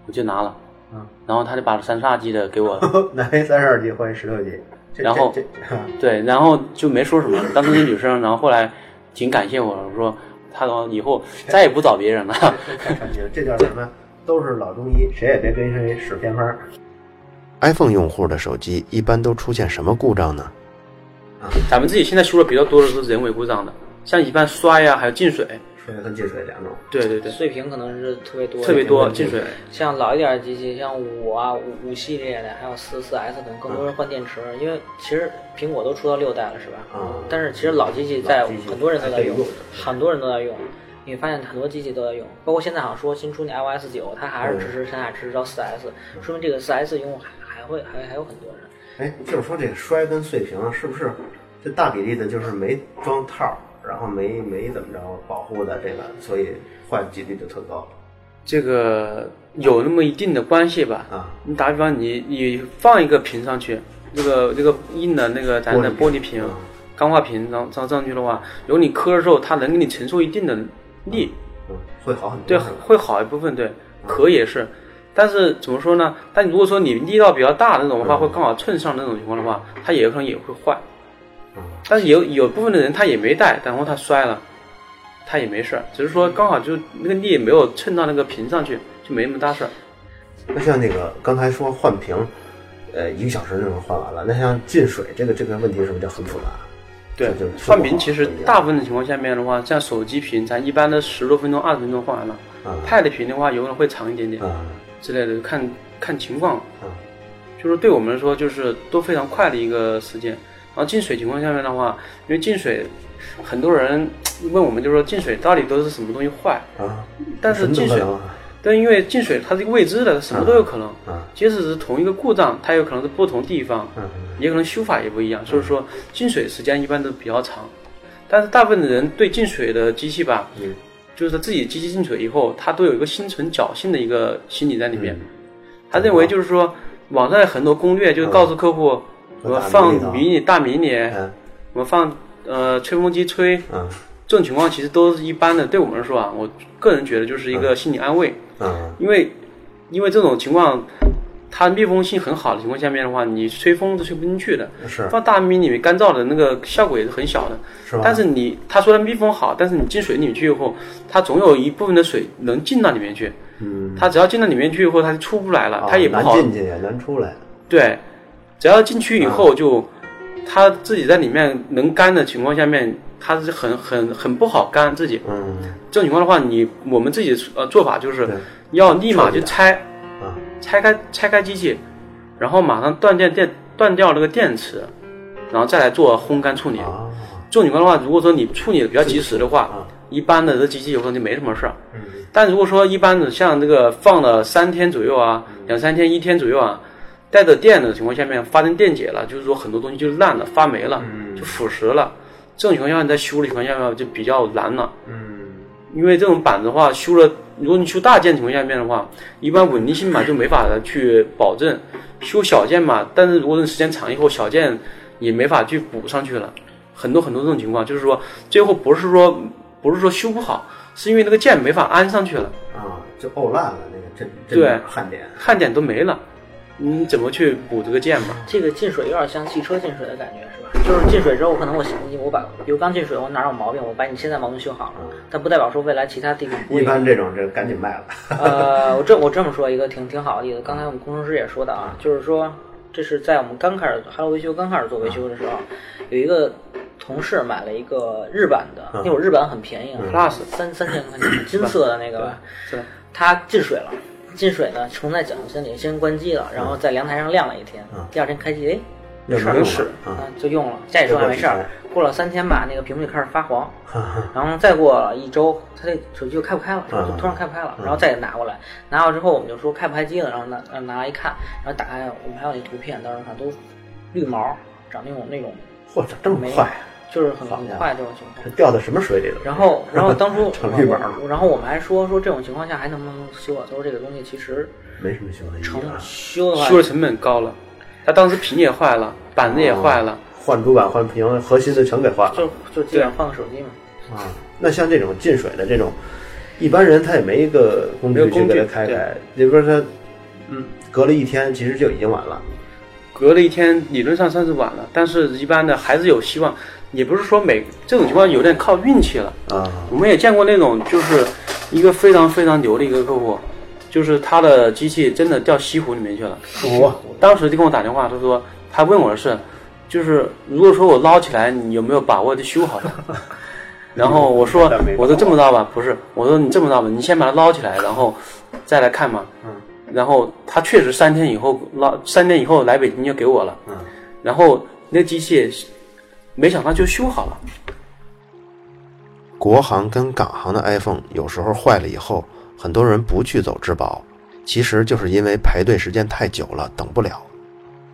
Speaker 2: 我就拿了
Speaker 4: 嗯，
Speaker 2: 然后他就把三十二 G 的给我了。
Speaker 4: 南非三十二级，欢迎十六级。这
Speaker 2: 然后
Speaker 4: 这这啊
Speaker 2: 对，然后就没说什么。当时那女生，然后后来挺感谢我，我说她说以后再也不找别人了。
Speaker 4: 太神奇了，这叫什么？都是老中医，谁也别跟谁使偏方儿。
Speaker 1: iPhone 用户的手机一般都出现什么故障呢？
Speaker 2: 咱们自己现在修的比较多的都是人为故障的，像一般摔呀、还有进水。
Speaker 4: 摔跟进水两种。
Speaker 2: 对对对，
Speaker 3: 碎屏可能是特别多的，
Speaker 2: 特别多进水。
Speaker 3: 像老一点的机器，像五啊、五五系列的，还有四四 S 等，更多人换电池，因为其实苹果都出到六代了，是吧？
Speaker 4: 嗯
Speaker 3: 但是其实老机器在
Speaker 4: 老机器
Speaker 3: 很多人都在用
Speaker 4: 还可以用，
Speaker 3: 很多人都在用。你发现很多机器都在用，包括现在好像说新出那 iOS 九，它还是支
Speaker 4: 嗯
Speaker 3: 持上下支持到 4S，说明这个 4S 用户还还会还还有很多人。
Speaker 4: 哎，就是说这个摔跟碎屏是不是这大比例的，就是没装套儿，然后没没怎么着保护的这个，所以换几率就特高
Speaker 2: 这个有那么一定的关系吧。
Speaker 4: 啊。
Speaker 2: 你打比方，你你放一个屏上去，那个那个硬的那个咱的玻璃屏、啊钢化屏，然后上上去的话，有你磕的时候，它能给你承受一定的力。
Speaker 4: 嗯，会好很多。
Speaker 2: 对，会好一部分，对，壳也是。但是怎么说呢？但如果说你力道比较大那种的
Speaker 4: 嗯
Speaker 2: 话，会刚好蹭上那种情况的话，它也有可能也会坏。
Speaker 4: 嗯
Speaker 2: 但是有有部分的人他也没带，然后他摔了，他也没事儿，只是说刚好就
Speaker 4: 嗯
Speaker 2: 那个力没有蹭到那个屏上去，就没那么大事儿。
Speaker 4: 那像那个刚才说换屏，呃，一个小时就能换完了。那像进水这个这个问题是不是就很复杂？
Speaker 2: 对
Speaker 4: 这就是，
Speaker 2: 换屏其实
Speaker 4: 不好
Speaker 2: 大部分的情况下面的话，像手机屏，咱一般的十多分钟、二十分钟换完了。
Speaker 4: 啊
Speaker 2: Pad 屏的话，有可能会长一点点
Speaker 4: 啊
Speaker 2: 之类的，看看情况。
Speaker 4: 啊
Speaker 2: 就是对我们来说，就是都非常快的一个时间。然后进水情况下面的话，因为进水，很多人问我们就说进水到底都是什么东西坏？
Speaker 4: 啊！
Speaker 2: 但是
Speaker 4: 什么
Speaker 2: 进
Speaker 4: 都
Speaker 2: 水
Speaker 4: 能，啊
Speaker 2: 但因为进水它是一个未知的，什么都有可能。
Speaker 4: 啊
Speaker 2: 即使是同一个故障，它有可能是不同地方，
Speaker 4: 嗯
Speaker 2: 也可能修法也不一样。所以说进水时间一般都比较长。但是大部分的人对进水的机器吧，
Speaker 4: 嗯
Speaker 2: 就是自己机器进水以后，他都有一个心存侥幸的一个心理在里面。
Speaker 4: 嗯
Speaker 2: 他认为就是说，网上有很多攻略就是告诉客户，我们放迷你大迷你，
Speaker 4: 嗯
Speaker 2: 我们放呃吹风机吹，
Speaker 4: 嗯
Speaker 2: 这种情况其实都是一般的。对我们来说啊，我个人觉得就是一个心理安慰，
Speaker 4: 嗯
Speaker 2: 因为因为这种情况，它密封性很好的情况下面的话，你吹风都吹不进去的。
Speaker 4: 是
Speaker 2: 放大米里面干燥的那个效果也是很小的。
Speaker 4: 是吧？
Speaker 2: 但是你他说的密封好，但是你进水里面去以后，它总有一部分的水能进到里面去。
Speaker 4: 嗯，啊
Speaker 2: 它只要进到里面去以后，它就出不来了，它也不
Speaker 4: 哦难
Speaker 2: 好。
Speaker 4: 进去也难出来，
Speaker 2: 对，只要进去以后就，它自己在里面能干的情况下面，它是很很很不好干自己。
Speaker 4: 嗯，
Speaker 2: 这种情况的话，你我们自己呃做法就是
Speaker 4: 对
Speaker 2: 要立马就拆
Speaker 4: 啊，
Speaker 2: 拆开拆开机器，然后马上断电电断掉那个电池，然后再来做烘干处理。
Speaker 4: 啊，
Speaker 2: 这种情况的话，如果说你处理的比较及时的话，
Speaker 4: 啊，
Speaker 2: 一般的这机器有可能就没什么事儿。
Speaker 4: 嗯，
Speaker 2: 但如果说一般的像这个放了三天左右啊，
Speaker 4: 嗯
Speaker 2: 两三天、一天左右啊，带着电的情况下面发生电解了，就是说很多东西就烂了、发霉了、
Speaker 4: 嗯
Speaker 2: 就腐蚀了。这种情况下你在修的情况下就比较难了，
Speaker 4: 嗯，
Speaker 2: 因为这种板子的话修了，如果你修大件情况下面的话，一般稳定性嘛就没法的去保证。修小件嘛，但是如果时间长以后，小件也没法去补上去了。很多很多这种情况，就是说最后不是说不是说修不好，是因为那个件没法安上去了。
Speaker 4: 啊，就沤烂了那个真真
Speaker 2: 对
Speaker 4: 焊点，
Speaker 2: 看点都没了，你怎么去补这个件嘛？
Speaker 3: 这个进水有点像汽车进水的感觉，是吧？就是进水之后，可能我我把油缸进水，我哪儿有毛病，我把你现在毛病修好了，但不代表说未来其他地方不
Speaker 4: 一
Speaker 3: 会。
Speaker 4: 般这种这赶紧卖了，
Speaker 2: 嗯
Speaker 3: 呃，我这我这么说一个挺挺好的例子，刚才我们工程师也说的啊，就是说这是在我们刚开始还有维修刚开始做维修的时候，
Speaker 4: 嗯
Speaker 3: 有一个同事买了一个日版的，
Speaker 4: 嗯
Speaker 3: 那会儿日版很便宜啊
Speaker 2: ，Plus
Speaker 3: 三三千块
Speaker 4: [clears throat]
Speaker 3: 钱，金色的那个吧，
Speaker 2: 是吧？
Speaker 3: 它进水了。进水呢，从在脚心里先关机了，然后在阳台上晾了一天，第二天开机，哎，
Speaker 4: 嗯 [laughs] 有
Speaker 2: 能使
Speaker 4: 啊，
Speaker 3: 啊，就用了。家里说
Speaker 4: 又过
Speaker 3: 哎没
Speaker 4: 几
Speaker 3: 事儿
Speaker 4: 天，
Speaker 3: 过了三天吧，那个屏幕就开始发黄，然后再过了一周，它这手机就开不开了，
Speaker 4: 嗯
Speaker 3: 就突然开不开了，然后再拿过来，拿过来之后我们就说开不开机了，然后拿拿来一看，然后打开我们还有那图片，当时看都绿毛，长那种那种，
Speaker 4: 嚯，这么快，
Speaker 3: 就是很
Speaker 4: 好家
Speaker 3: 很
Speaker 4: 伙
Speaker 3: 快这种情况
Speaker 4: 这。掉到什么水里了？
Speaker 3: 然后，然后
Speaker 4: [laughs]
Speaker 3: 当初
Speaker 4: 成绿毛了
Speaker 3: 我然后我们还说说这种情况下还能不能修啊？他说这个东西其实
Speaker 4: 没什么修的意
Speaker 3: 成
Speaker 4: 义啊，
Speaker 3: 修的话，
Speaker 2: 修的成本高了，他当时屏也坏了，板子也坏了，
Speaker 4: 换主板换屏，核心的全给换了
Speaker 3: 就就基本上换个手机嘛。
Speaker 4: 啊。那像这种进水的这种，一般人他也没一个工
Speaker 2: 没
Speaker 4: 具
Speaker 2: 有
Speaker 4: 去
Speaker 2: 工具
Speaker 4: 给他开开，也不是他，嗯，隔了一天其实就已经晚了。
Speaker 2: 隔了一天，理论上算是晚了，但是一般的还是有希望。也不是说每这种情况有点靠运气了，
Speaker 4: 啊，
Speaker 2: 我们也见过那种就是一个非常非常牛的一个客户，就是他的机器真的掉西湖里面去了。
Speaker 4: 我
Speaker 2: 当时就跟我打电话，他说他问我的是，就是如果说我捞起来，你有没有把握就修好它？ [laughs] 然后我说
Speaker 4: 那没把握
Speaker 2: 我说这么着吧，不是，我说你这么着吧，你先把它捞起来，然后再来看嘛。
Speaker 4: 嗯。
Speaker 2: 然后他确实三天以后捞，三天以后来北京就给我了。
Speaker 4: 嗯。
Speaker 2: 然后那机器没想到就修好了，
Speaker 1: 国行跟港行的 iPhone 有时候坏了以后，很多人不去走质保，其实就是因为排队时间太久了，等不了。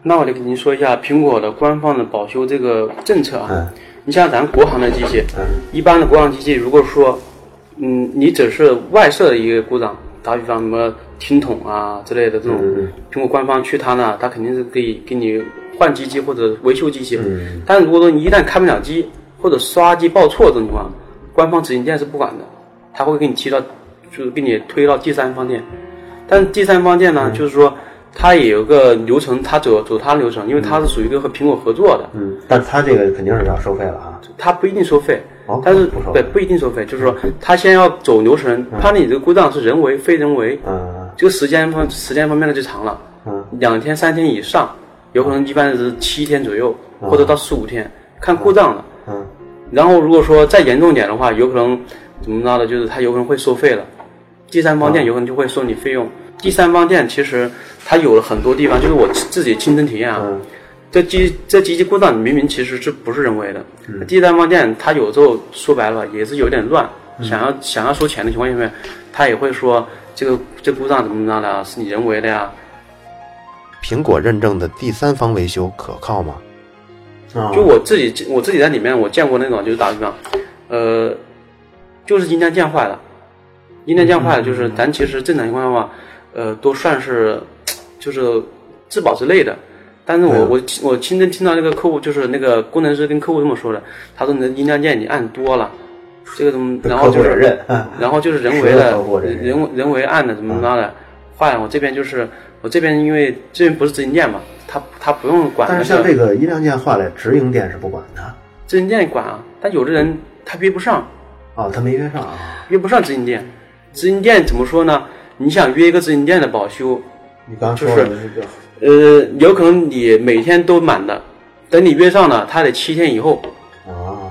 Speaker 2: 那我得给您说一下苹果的官方的保修这个政策啊。
Speaker 4: 嗯
Speaker 2: 你像咱国行的机器，
Speaker 4: 嗯
Speaker 2: 一般的国行机器，如果说，嗯，你只是外设的一个故障，打比方什么听筒啊之类的这种，
Speaker 4: 嗯
Speaker 2: 苹果官方去他那，他肯定是可以给你换机器或者维修机器。
Speaker 4: 嗯
Speaker 2: 但如果说你一旦开不了机，或者刷机报错这种情况，官方直营店是不管的，他会给你踢到，就是给你推到第三方店。但第三方店呢，
Speaker 4: 嗯
Speaker 2: 就是说它也有个流程，它走走它的流程，因为它是属于一个和苹果合作的，
Speaker 4: 嗯，但他这个肯定是要收费了啊。
Speaker 2: 它不一定收费。
Speaker 4: 哦，
Speaker 2: 但是
Speaker 4: 不收
Speaker 2: 对不一定收费，就是说他先要走流程，判定你这个故障是人为非人为，
Speaker 4: 嗯
Speaker 2: 这个时间方时间方面呢就长了，
Speaker 4: 嗯
Speaker 2: 两天三天以上，有可能一般是七天左右，或者到十五天，看故障了。
Speaker 4: 嗯
Speaker 2: 然后如果说再严重点的话，有可能怎么着的，就是他有可能会收费了，第三方店有可能就会收你费用。第三方店其实它有了很多地方，就是我自己亲身体验啊，
Speaker 4: 嗯
Speaker 2: 这机这机器故障，你明明其实是不是人为的？第三方店他有时候说白了也是有点乱，想要想要收钱的情况下面，他也会说这个这故障怎么怎么样的啊，是你人为的呀。
Speaker 1: 苹果认证的第三方维修可靠吗？
Speaker 4: 啊，
Speaker 2: 就我自己我自己在里面我见过那种，就是打比方，呃，就是音量键坏了，音量键坏了，
Speaker 4: 嗯
Speaker 2: 就是咱其实正常情况下话，呃，都算是就是质保之类的。但是我
Speaker 4: 嗯
Speaker 2: 我亲我亲身听到那个客户，就是那个工程师跟客户这么说的，他说你的音量键你按多了，这个怎么，
Speaker 4: 被
Speaker 2: 然后
Speaker 4: 客户
Speaker 2: 就
Speaker 4: 也
Speaker 2: 是 [laughs]
Speaker 4: 认，嗯
Speaker 2: 然后就是人为的
Speaker 4: 谁让客户这是嗯
Speaker 2: 人人为按的怎么着的，换我这边就是我这边因为这边不是直营店嘛，他他不用管、那
Speaker 4: 但
Speaker 2: 个，
Speaker 4: 是像这个音量键换了，直营店是不管的
Speaker 2: 直营店管啊，但有的人他约不上，
Speaker 4: 哦，他没约上啊。
Speaker 2: 约不上直营店。直营店怎么说呢？你想约一个直营店的保修，
Speaker 4: 你刚说的那个，
Speaker 2: 呃，有可能你每天都满的，等你约上了，他得七天以后，
Speaker 4: 啊，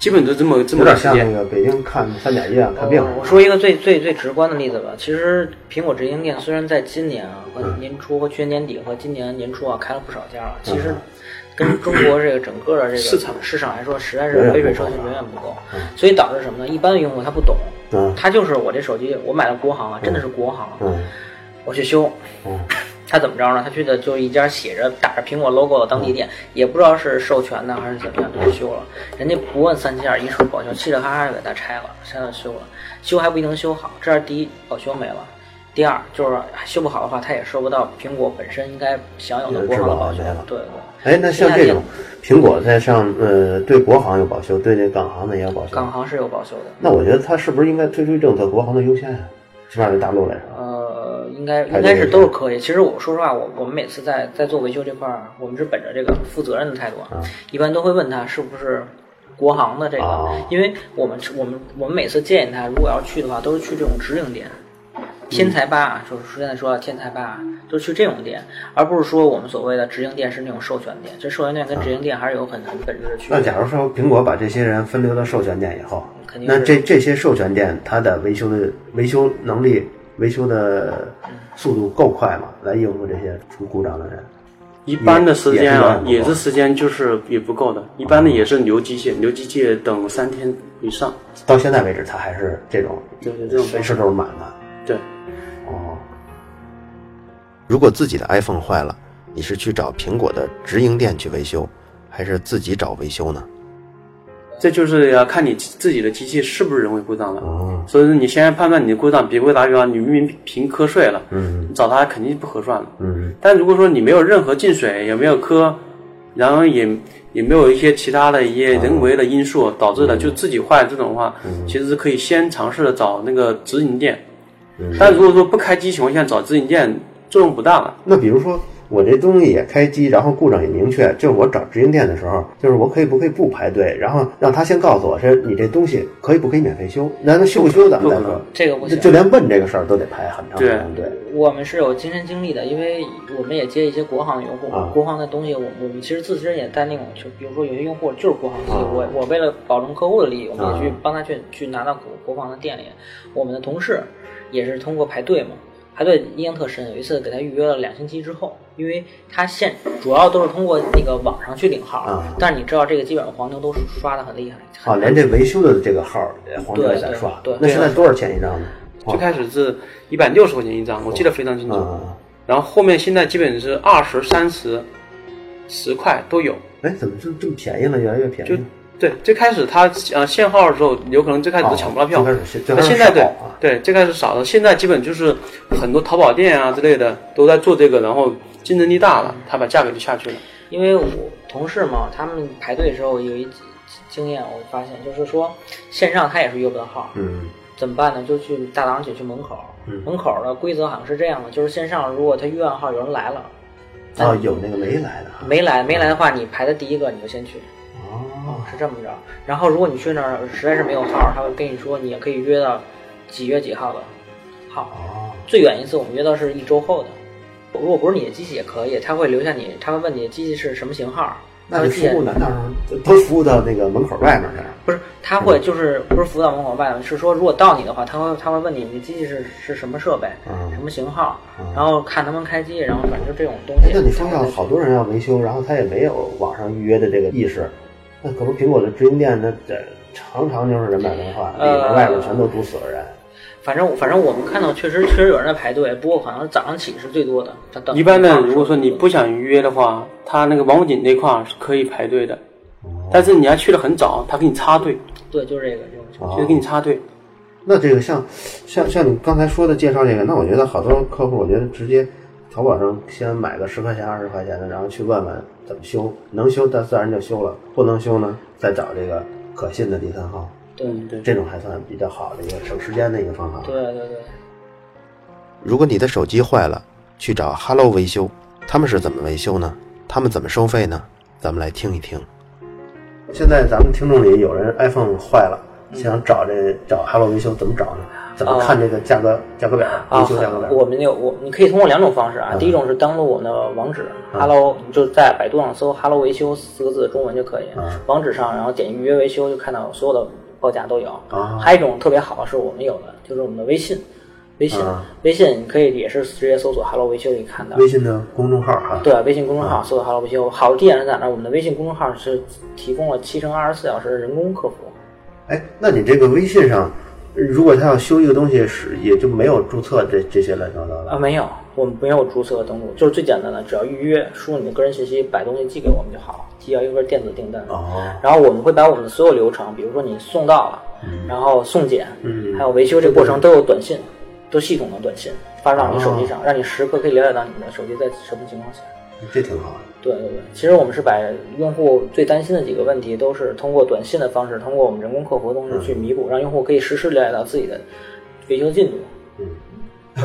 Speaker 2: 基本都这么这
Speaker 4: 有
Speaker 2: 么
Speaker 4: 点
Speaker 2: 个时
Speaker 4: 像
Speaker 2: 间
Speaker 4: 那。个北京看三甲医院看病
Speaker 3: 我。哦我说一个最最最直观的例子吧，其实苹果直营店虽然在今年啊和
Speaker 4: 嗯
Speaker 3: 年初和去年年底和今年年初啊开了不少家了，其
Speaker 4: 嗯
Speaker 3: 实跟中国这个整个的这个
Speaker 2: 市场
Speaker 3: 市场来说，实在
Speaker 4: 远
Speaker 3: 是
Speaker 4: 远
Speaker 3: 杯水
Speaker 4: 不
Speaker 3: 车
Speaker 4: 够
Speaker 3: 薪，
Speaker 4: 啊
Speaker 3: 远远不够，所以导致什么呢？一般的用户他不懂，
Speaker 4: 嗯
Speaker 3: 他就是我这手机我买了国行啊，真的是国行啊，
Speaker 4: 嗯
Speaker 3: 我去修，
Speaker 4: 嗯
Speaker 3: [laughs] 他怎么着呢？他去的就是一家写着打着苹果 logo 的当地
Speaker 4: 嗯
Speaker 3: 店，也不知道是授权的还是怎么样，就去修了。人家不问三七二十一是不是保修，嘁哩咔嚓就给他拆了，拆了修了，修还不一定修好。这是第一，保修没了。第二就是修不好的话，他也收不到苹果本身应该享有的国行的保修
Speaker 4: 也是质保保修了。
Speaker 3: 对对，
Speaker 4: 哎，那像这种苹果在上呃，对国行有保修，对那港行的也有保修。
Speaker 3: 港行是有保修的。
Speaker 4: 那我觉得他是不是应该推出政策，国行的优先啊？起码对大陆来说，
Speaker 3: 呃，应该
Speaker 4: 还
Speaker 3: 应该
Speaker 4: 得
Speaker 3: 是都是可以。其实我说实话，我我们每次在在做维修这块儿，我们是本着这个负责任的态度，啊、一般都会问他是不是国行的这个，
Speaker 4: 哦
Speaker 3: 因为我们我们我们每次建议他，如果要去的话，都是去这种直营店。
Speaker 4: 嗯
Speaker 3: 天才吧，就是说现在说天才吧，都去这种店，而不是说我们所谓的直营店是那种授权店。这授权店跟直营店还是有很很本质的区
Speaker 4: 啊那
Speaker 3: 别。
Speaker 4: 假如说苹果把这些人分流到授权店以后，
Speaker 3: 肯定
Speaker 4: 那
Speaker 3: 是
Speaker 4: 这这些授权店它的维修的维修能力、维修的速度够快吗？来应付这些出故障的人？
Speaker 2: 一般的时间啊，
Speaker 4: 也
Speaker 2: 也
Speaker 4: 也是
Speaker 2: 是时间就是也不够的，一般的也是留机械，留机械等三天以上。
Speaker 4: 到现在为止，它还是这种
Speaker 2: 对对，这种
Speaker 4: 随时都是满的。
Speaker 2: 对，
Speaker 4: 哦，
Speaker 1: 如果自己的 iPhone 坏了，你是去找苹果的直营店去维修，还是自己找维修呢？
Speaker 2: 这就是要看你自己的机器是不是人为故障了。
Speaker 4: 哦
Speaker 2: 所以说，你先判断你的故障，比如打比方，你明明屏磕碎了，你
Speaker 4: 嗯
Speaker 2: 找它肯定不合算了。
Speaker 4: 嗯
Speaker 2: 但如果说你没有任何进水，也没有磕，然后也也没有一些其他的一些人为的因素导致
Speaker 4: 嗯
Speaker 2: 的，就自己坏这种的话，其实是可以先尝试着找那个直营店。
Speaker 4: 嗯
Speaker 2: 但如果说不开机情况下找直营店作用不大了。
Speaker 4: 那比如说我这东西也开机，然后故障也明确，就是我找直营店的时候，就是我可以不可以不排队，然后让他先告诉我是你这东西可以不可以免费修？那那修不修咱们再
Speaker 2: 不可
Speaker 4: 说
Speaker 2: 能。
Speaker 3: 这个不
Speaker 4: 就
Speaker 3: 行，
Speaker 4: 就连问这个事儿都得排很长时间队。
Speaker 3: 我们是有亲身经历的，因为我们也接一些国行用户，
Speaker 4: 啊
Speaker 3: 国行的东西我们我们其实自身也在那种，就比如说有些用户就是国行机，
Speaker 4: 啊
Speaker 3: 我我为了保证客户的利益，我们
Speaker 4: 啊
Speaker 3: 也去帮他去去拿到国国行的店里。我们的同事也是通过排队嘛，排队印象特深。有一次给他预约了两星期之后，因为他现主要都是通过那个网上去领号，
Speaker 4: 啊
Speaker 3: 但是你知道这个基本上黄牛都刷的很厉害，很
Speaker 4: 啊，连这维修的这个号儿，黄牛也在刷。
Speaker 3: 对对
Speaker 4: 那现在多少钱一张呢？
Speaker 2: 最开始是一百六十块钱一张，我记得非常清楚。
Speaker 4: 啊，
Speaker 2: 然后后面现在基本是二十三十、十块都有。
Speaker 4: 哎，怎么就这么便宜了？越来越便宜
Speaker 2: 就。对，最开始它呃限号的时候，有可能最开始都抢不到
Speaker 5: 啊
Speaker 2: 票。
Speaker 4: 最哦开始是最
Speaker 2: 那
Speaker 4: 开始
Speaker 2: 现在
Speaker 4: 少
Speaker 2: 对
Speaker 4: 啊
Speaker 2: 对，最开始少了，现在基本就是很多淘宝店啊之类的都在做这个，然后竞争力大了，它把价格就下去了。
Speaker 3: 因为我同事嘛，他们排队的时候有一经验，我发现就是说线上他也是约不到号，
Speaker 4: 嗯
Speaker 3: 怎么办呢？就去大堂解去门口，
Speaker 4: 嗯
Speaker 3: 门口的规则好像是这样的，就是线上如果他约完号有人来了，哎
Speaker 4: 啊，有那个没来的啊。
Speaker 3: 没来没来的话，你排的第一个你就先去，
Speaker 4: 哦，
Speaker 3: 是这么着。然后如果你去那儿实在是没有号，他会跟你说你也可以约到几月几号的号。
Speaker 4: 哦，
Speaker 3: 最远一次我们约到是一周后的。如果不是你的机器也可以，他会留下你，他会问你的机器是什么型号，
Speaker 4: 那这
Speaker 3: 他会记
Speaker 4: 服务难道是都服务到那个门口外面去了？
Speaker 3: 不是，他
Speaker 2: 嗯
Speaker 3: 会就是不是辅导门口外，是说如果到你的话，他会他会问你你机器是是什么设备，
Speaker 4: 嗯
Speaker 3: 什么型号，
Speaker 4: 嗯
Speaker 3: 然后看能不能开机，然后反正就这种东
Speaker 4: 哎
Speaker 3: 西。，
Speaker 4: 那你说要好多人要维修，然后他也没有网上预约的这个意识，那可不苹果的直营店那这常常就是人满为患，里面
Speaker 3: 呃
Speaker 4: 外面全都堵死了人。
Speaker 3: 反正反正我们看到确实确实有人在排队，不过好像是早上起是最多的。他等
Speaker 2: 一般的，
Speaker 3: 等
Speaker 2: 如果说你不想预约的话，它那个王府井那块儿是可以排队的，但是你要去的很早，它给你插队，
Speaker 3: 对，就是这个这种
Speaker 5: 哦
Speaker 3: 情况。
Speaker 2: 就是给你插队。
Speaker 4: 那这个像像像你刚才说的介绍这个，那我觉得好多客户，我觉得直接淘宝上先买个十块钱、二十块钱的，然后去问问怎么修，能修那自然就修了，不能修呢再找这个可信的第三方，
Speaker 3: 对
Speaker 2: 嗯，对。
Speaker 4: 这种还算比较好的一个省时间的一个方法。
Speaker 3: 对对对，
Speaker 1: 如果你的手机坏了，去找 Hello 维修，他们是怎么维修呢？他们怎么收费呢？咱们来听一听。
Speaker 4: 现在咱们听众里有人 iPhone 坏了，
Speaker 1: 嗯
Speaker 4: 想找这找 Hello 维修怎么找呢？怎么看
Speaker 1: 啊
Speaker 4: 这个价格价格表？维
Speaker 3: 啊
Speaker 4: 修价格，表？
Speaker 3: 我们有我，你可以通过两种方式啊。
Speaker 4: 嗯
Speaker 3: 第一种是登录我们的网址
Speaker 4: 嗯
Speaker 3: ，hello，你就在百度上搜 “hello 维修”四个字中文就可以
Speaker 4: 嗯，
Speaker 3: 网址上然后点预约维修，就看到所有的报价都有。
Speaker 4: 啊
Speaker 3: 还有一种特别好的是我们有的，就是我们的微信，微信
Speaker 4: 嗯，
Speaker 3: 微信你可以也是直接搜索 “hello 维修”可以看到。
Speaker 4: 微嗯信的公众号哈。
Speaker 3: 对，啊微信公众号搜索 “hello 维修”，好的点是在哪儿？我们的微信公众号是提供了七乘二十四小时的人工客服。
Speaker 4: 哎，那你这个微信上，如果他要修一个东西，是也就没有注册这这些乱七八糟
Speaker 3: 啊，
Speaker 4: 的。
Speaker 3: 没有，我们没有注册和登录，就是最简单的，只要预约，输入你的个人信息，把东西寄给我们就好，寄到一份电子订单。
Speaker 4: 哦，
Speaker 3: 然后我们会把我们的所有流程，比如说你送到了，然后送检，
Speaker 4: 嗯
Speaker 3: 还有维修这个过程都有短信，都系统的短信发到你手机
Speaker 4: 哦
Speaker 3: 上，让你时刻可以了解到你的手机在什么情况下。
Speaker 4: 这挺好的。 [laughs]
Speaker 3: 对对对，其实我们是把用户最担心的几个问题，都是通过短信的方式，通过我们人工客服的
Speaker 4: 嗯
Speaker 3: 方式去弥补，让用户可以实时了解到自己的维修进度。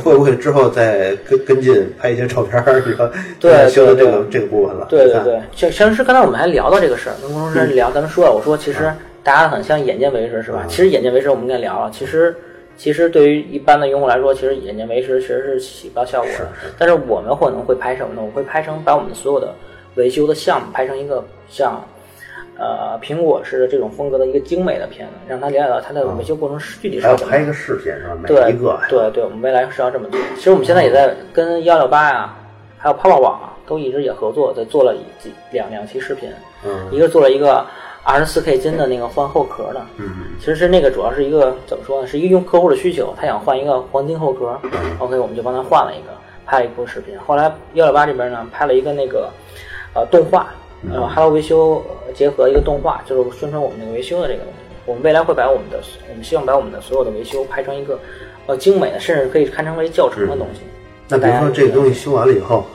Speaker 4: 会不会之后再跟跟进拍一些照片儿？你说
Speaker 3: 对对
Speaker 4: 修的这
Speaker 3: 对
Speaker 4: 个这个部分了。
Speaker 3: 对
Speaker 4: 你
Speaker 3: 对
Speaker 4: 看
Speaker 3: 对，其实其实刚才我们还聊到这个事儿，跟工程师聊，咱们说了，我说其实大家很像眼见为实，是吧？其实眼见为实我们也聊了，其实其实对于一般的用户来说，其实眼见为实其实是起不到效果的。但是我们可能会拍什么呢？我会拍成把我们所有的维修的项目拍成一个像。呃，苹果式的这种风格的一个精美的片子，让他了解到它的维修过程是具体是
Speaker 4: 还要
Speaker 3: 怎么
Speaker 4: 拍
Speaker 3: 样
Speaker 4: 一个视频是吧？每
Speaker 3: 对
Speaker 4: 一个哎
Speaker 3: 对对，我们未来是要这么做。其实我们现在也在跟幺六八呀，还有泡泡网啊，都一直也合作，在做了一几两两期视频，
Speaker 4: 嗯
Speaker 3: 一个做了一个二十四 K 金的那个换后壳的。
Speaker 4: 嗯，
Speaker 3: 其实那个主要是一个怎么说呢？是一个用客户的需求，他想换一个黄金后壳，OK，我们
Speaker 4: 嗯
Speaker 3: 就帮他换了一个，拍了一部视频。后来幺六八这边呢，拍了一个那个呃动画，
Speaker 4: 嗯
Speaker 3: 呃，Hello 维修呃结合一个动画，就是宣传我们那个维修的这个东西。我们未来会把我们的，我们希望把我们的所有的维修拍成一个呃精美的，甚至可以堪称为教程的东西。
Speaker 4: 那比如说这个东西修完了以后，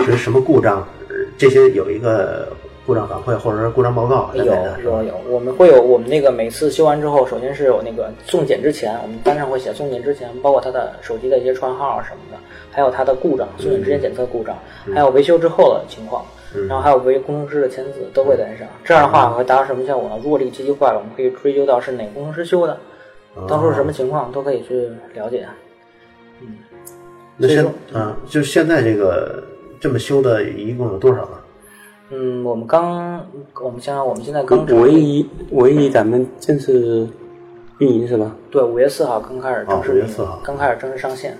Speaker 4: 这什么故障，呃这些有一个故障反馈或者是故障报告之
Speaker 3: 哎有
Speaker 4: 类的，是吧
Speaker 3: 有？有，我们会有我们那个每次修完之后，首先是有那个送检之前，我们单上会写送检之前，包括他的手机的一些串号什么的，还有他的故障，送检之前检测故障，还有维修之后的情况，然后还有维工程师的签字都会在上。这样的话会达到什么效果呢？如果这个机器坏了，我们可以追究到是哪个工程师修的，当初是什么情况都可以去了解。
Speaker 4: 那
Speaker 3: 所以
Speaker 4: 现
Speaker 3: 说
Speaker 4: 啊，就现在这个这么修的一共有多少呢？
Speaker 3: 嗯，我们刚，我们想想，我们现在刚成
Speaker 5: 五
Speaker 3: 立
Speaker 5: 一五一咱们正式运营是吧？
Speaker 3: 对，五月四号刚开始正式
Speaker 4: 哦5
Speaker 3: 运
Speaker 4: 月
Speaker 3: 营
Speaker 4: 4号
Speaker 3: 刚开始正式上线，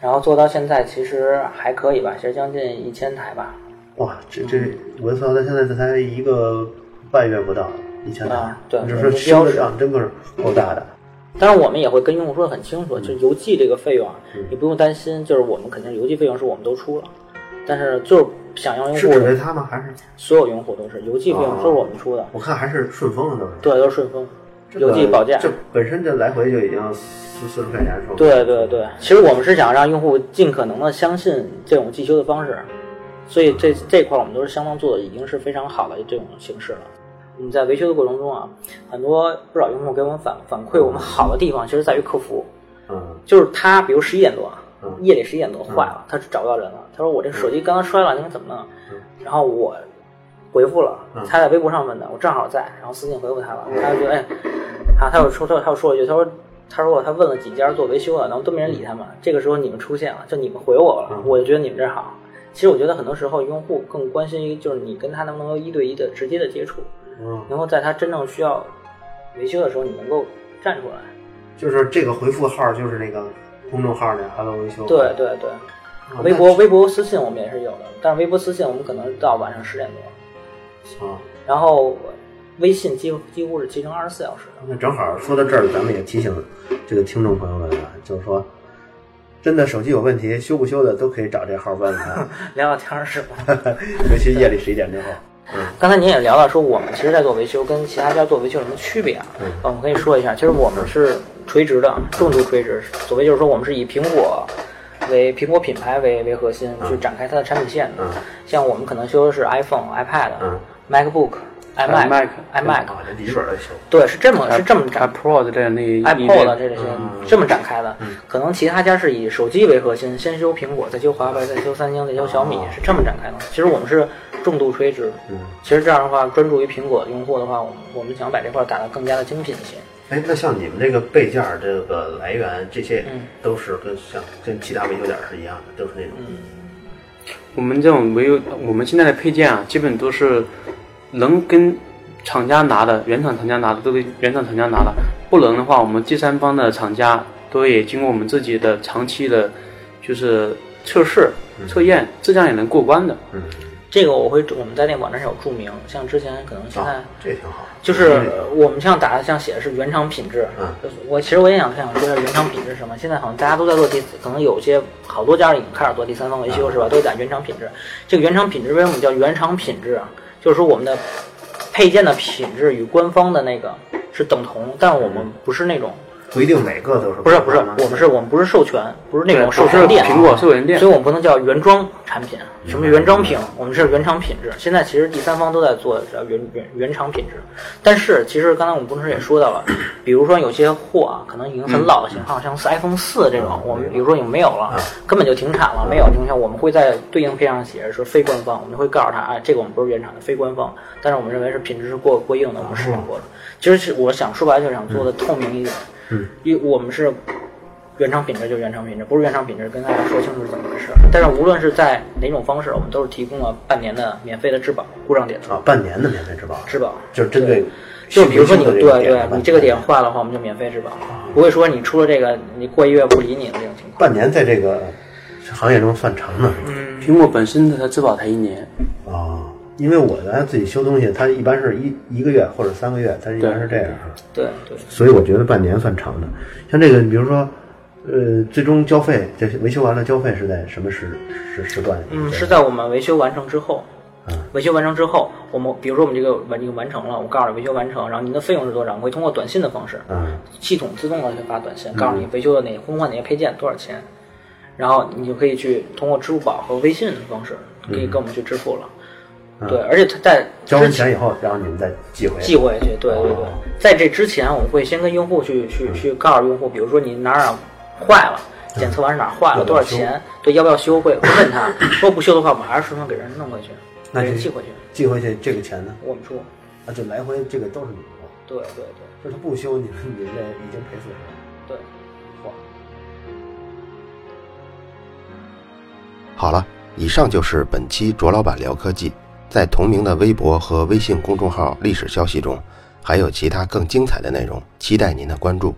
Speaker 3: 然后做到现在其实还可以吧，其实将近一千台吧。
Speaker 4: 哇，这这
Speaker 3: 嗯
Speaker 4: 我操，它现在这才一个半月不到，一千台
Speaker 3: 啊，对
Speaker 4: 你
Speaker 3: 我
Speaker 4: 说
Speaker 3: 们
Speaker 4: 修
Speaker 3: 标
Speaker 4: 的
Speaker 3: 嗯
Speaker 4: 量真够够大的。
Speaker 3: 当然，我们也会跟用户说的很清楚，就邮寄这个费用啊，
Speaker 4: 嗯
Speaker 3: 你不用担心，就是我们肯定邮寄费用是我们都出了，但是就是想要用
Speaker 4: 是啊只为
Speaker 3: 户，
Speaker 4: 它吗？还是
Speaker 3: 所有用户都是邮寄费用都是我们出的，
Speaker 4: 我看还是顺丰的都是？
Speaker 3: 对，都是顺丰
Speaker 4: 这个
Speaker 3: 邮寄保价。
Speaker 4: 这本身这来回就已经四四十块钱是吧？
Speaker 3: 对对对，其实我们是想让用户尽可能的相信这种寄修的方式，所以这这块儿我们都是相当做的已经是非常好的这种形式了。我们在维修的过程中啊，很多不少用户给我们反反馈，我们好的地方其实在于客服，
Speaker 4: 嗯，
Speaker 3: 就是他比如十一点多啊
Speaker 4: 嗯，
Speaker 3: 夜里十一点多坏了，他找不到人了，他说我这个手机刚刚摔了，你们怎么弄？然后我回复了，
Speaker 4: 嗯
Speaker 3: 他在微博上问的，我正好在，然后私信回复他了，他就觉得哎，啊，他又说他他又说了一句，他说他说他问了几家做维修的，然后都没人理他们，
Speaker 4: 嗯
Speaker 3: 这个时候你们出现了，就你们回我了，我就觉得你们这好。其实我觉得很多时候用户更关心于就是你跟他能不能够一对一的直接的接触，
Speaker 4: 嗯，
Speaker 3: 能够在他真正需要维修的时候你能够站出来。
Speaker 4: 就是这个回复号就是那个公众号那 Hello 维修。
Speaker 3: 对对对，
Speaker 4: 啊，
Speaker 3: 微博微博私信我们也是有的，但是微博私信我们可能到晚上十点多，
Speaker 4: 那啊，
Speaker 3: 然后微信几乎几乎是集成二十四小时的。
Speaker 4: 那正好说到这儿，咱们也提醒这个听众朋友们啊，就是说，真的手机有问题，修不修的都可以找这号问他，
Speaker 3: [laughs] 聊聊天儿是吧？
Speaker 4: 尤其夜里十一点之后。
Speaker 3: [laughs] 刚才您也聊到说，我们其实在做维修跟其他家做维修有什么区别啊？我们可以说一下，其实我们是垂直的，重度垂直。所谓就是说，我们是以苹果为苹果品牌为为嗯核心去展开它的产品线的。像我们可能修的是 iPhone、iPad、MacBook、嗯 iMac 嗯 iMac
Speaker 4: 啊，这笔记本儿就行。
Speaker 3: 对，是这么是这么
Speaker 5: 它
Speaker 3: 展
Speaker 5: Pro 的那一
Speaker 3: iPod
Speaker 5: 列
Speaker 3: 这些这么展开的，可能其他家是以手机为核心，先修苹果，再修华为，再修三星，再修小米，是这么展开的。其实我们是重度垂直，其实这样的话，专注于苹果用户的话，我们我们想把这块打得更加的精品一些。
Speaker 4: 哎，那像你们这个备件儿这个来源，这些
Speaker 3: 嗯
Speaker 4: 都是跟像跟其他维修点儿是一样的，都是那
Speaker 3: 嗯
Speaker 4: 种
Speaker 2: 我们这种唯有我们现在的配件啊，基本都是能跟厂家拿的，原厂厂家拿的都是原厂厂家拿的，不能的话，我们第三方的厂家都也经过我们自己的长期的，就是测试、测验，这样也能过关的。
Speaker 3: 这个我会我们在那网站上有注明，像之前可能现在
Speaker 4: 啊，这挺好。嗯
Speaker 3: 就是我们像打的像写的是原厂品质，就是我其实我也想想说一下原厂品质是什么。现在好像大家都在做第，可能有些好多家已经开始做第三方维
Speaker 4: 嗯
Speaker 3: 修是吧？都打原厂品质。这个原厂品质为什么叫原厂品质啊？就是说我们的配件的品质与官方的那个是等同，但我
Speaker 4: 嗯
Speaker 3: 们不是那种
Speaker 4: 不一定每个都是。
Speaker 3: 不是不是，我们是我们不是授权，不是那种授
Speaker 2: 不是
Speaker 3: 权店，
Speaker 2: 苹果授权店
Speaker 3: 所以我们不能叫原装产品。什么是原装品？我们是原厂品质。现在其实第三方都在做叫原原原厂品质，但是其实刚才我们工程师也说到
Speaker 2: [clears throat]
Speaker 3: 了，比如说有些货啊，可能已经很老的
Speaker 2: 嗯
Speaker 3: 型号，像是 iPhone 四这种，我们比如说已经没有了，根本就停产了，没
Speaker 2: 嗯
Speaker 3: 有的情况下，我们会在对应配上写着是非官方，我们会告诉他，哎，这个我们不是原厂的，非官方，但是我们认为是品质是过过硬的，我们试验过
Speaker 2: 哦
Speaker 3: 的。其实是我想说白了，就是想做的透明一点。因为我们是原厂品质就原厂品质，不是原厂品质跟大家说清楚是怎么回事。但是无论是在哪种方式，我们都是提供了半年的免费的质保故障点的
Speaker 4: 啊，半年的免费质保，
Speaker 3: 质保。
Speaker 4: 就是针对
Speaker 3: 就
Speaker 4: 新
Speaker 3: 比如
Speaker 4: 维
Speaker 3: 说
Speaker 4: 修
Speaker 3: 你
Speaker 4: 的这
Speaker 3: 对
Speaker 4: 个点，
Speaker 3: 对，你这个点嗯坏了的话，我们就免费质保，不会说你出了这个，你过一月不理你的这种情况。
Speaker 4: 半年在这个行业中算长的，是吧？
Speaker 5: 苹果本身的它质保才一年，
Speaker 4: 啊，因为我原来自己修东西，它一般是一一个月或者三个月，它一般是这样啊。
Speaker 3: 对对，
Speaker 4: 所以我觉得半年算长的。像这个，你比如说，呃，最终交费，这维修完了交费是在什么时时时段？
Speaker 3: 嗯，是在我们维修完成之后。
Speaker 4: 嗯
Speaker 3: 维修完成之后，我们比如说我们这个完已经完成了，我告诉你维修完成，然后您的费用是多少，我会通过短信的方式，
Speaker 4: 嗯，
Speaker 3: 系统自动的就发短信，告诉你维修了哪更换哪些配件多少
Speaker 4: 嗯
Speaker 3: 钱，然后你就可以去通过支付宝和微信的方式，可以跟我们去支付了。对，而且他在
Speaker 4: 嗯交完
Speaker 3: 之前
Speaker 4: 钱以后，然后你们再寄回。
Speaker 3: 寄回去，对对对
Speaker 4: 哦。嗯
Speaker 3: 在这之前，我们会先跟用户去去去告诉用户，比如说你哪儿哪儿坏了，检测完是哪儿坏了，多少钱，对，要不要修，会会问
Speaker 4: [laughs]
Speaker 3: 他，如果不修的话，我们还是顺丰给人弄回去，给
Speaker 4: 那
Speaker 3: 人
Speaker 4: 这
Speaker 3: 寄回去，
Speaker 4: 寄回去这个钱呢？
Speaker 3: 我们出。
Speaker 4: 啊，就来回这个都是你们的，
Speaker 3: 对对对
Speaker 4: 就是他不修，你们你们这已经赔损了。
Speaker 3: 对。
Speaker 1: 好了，以上就是本期卓老板聊科技。在同名的微博和微信公众号历史消息中，还有其他更精彩的内容，期待您的关注。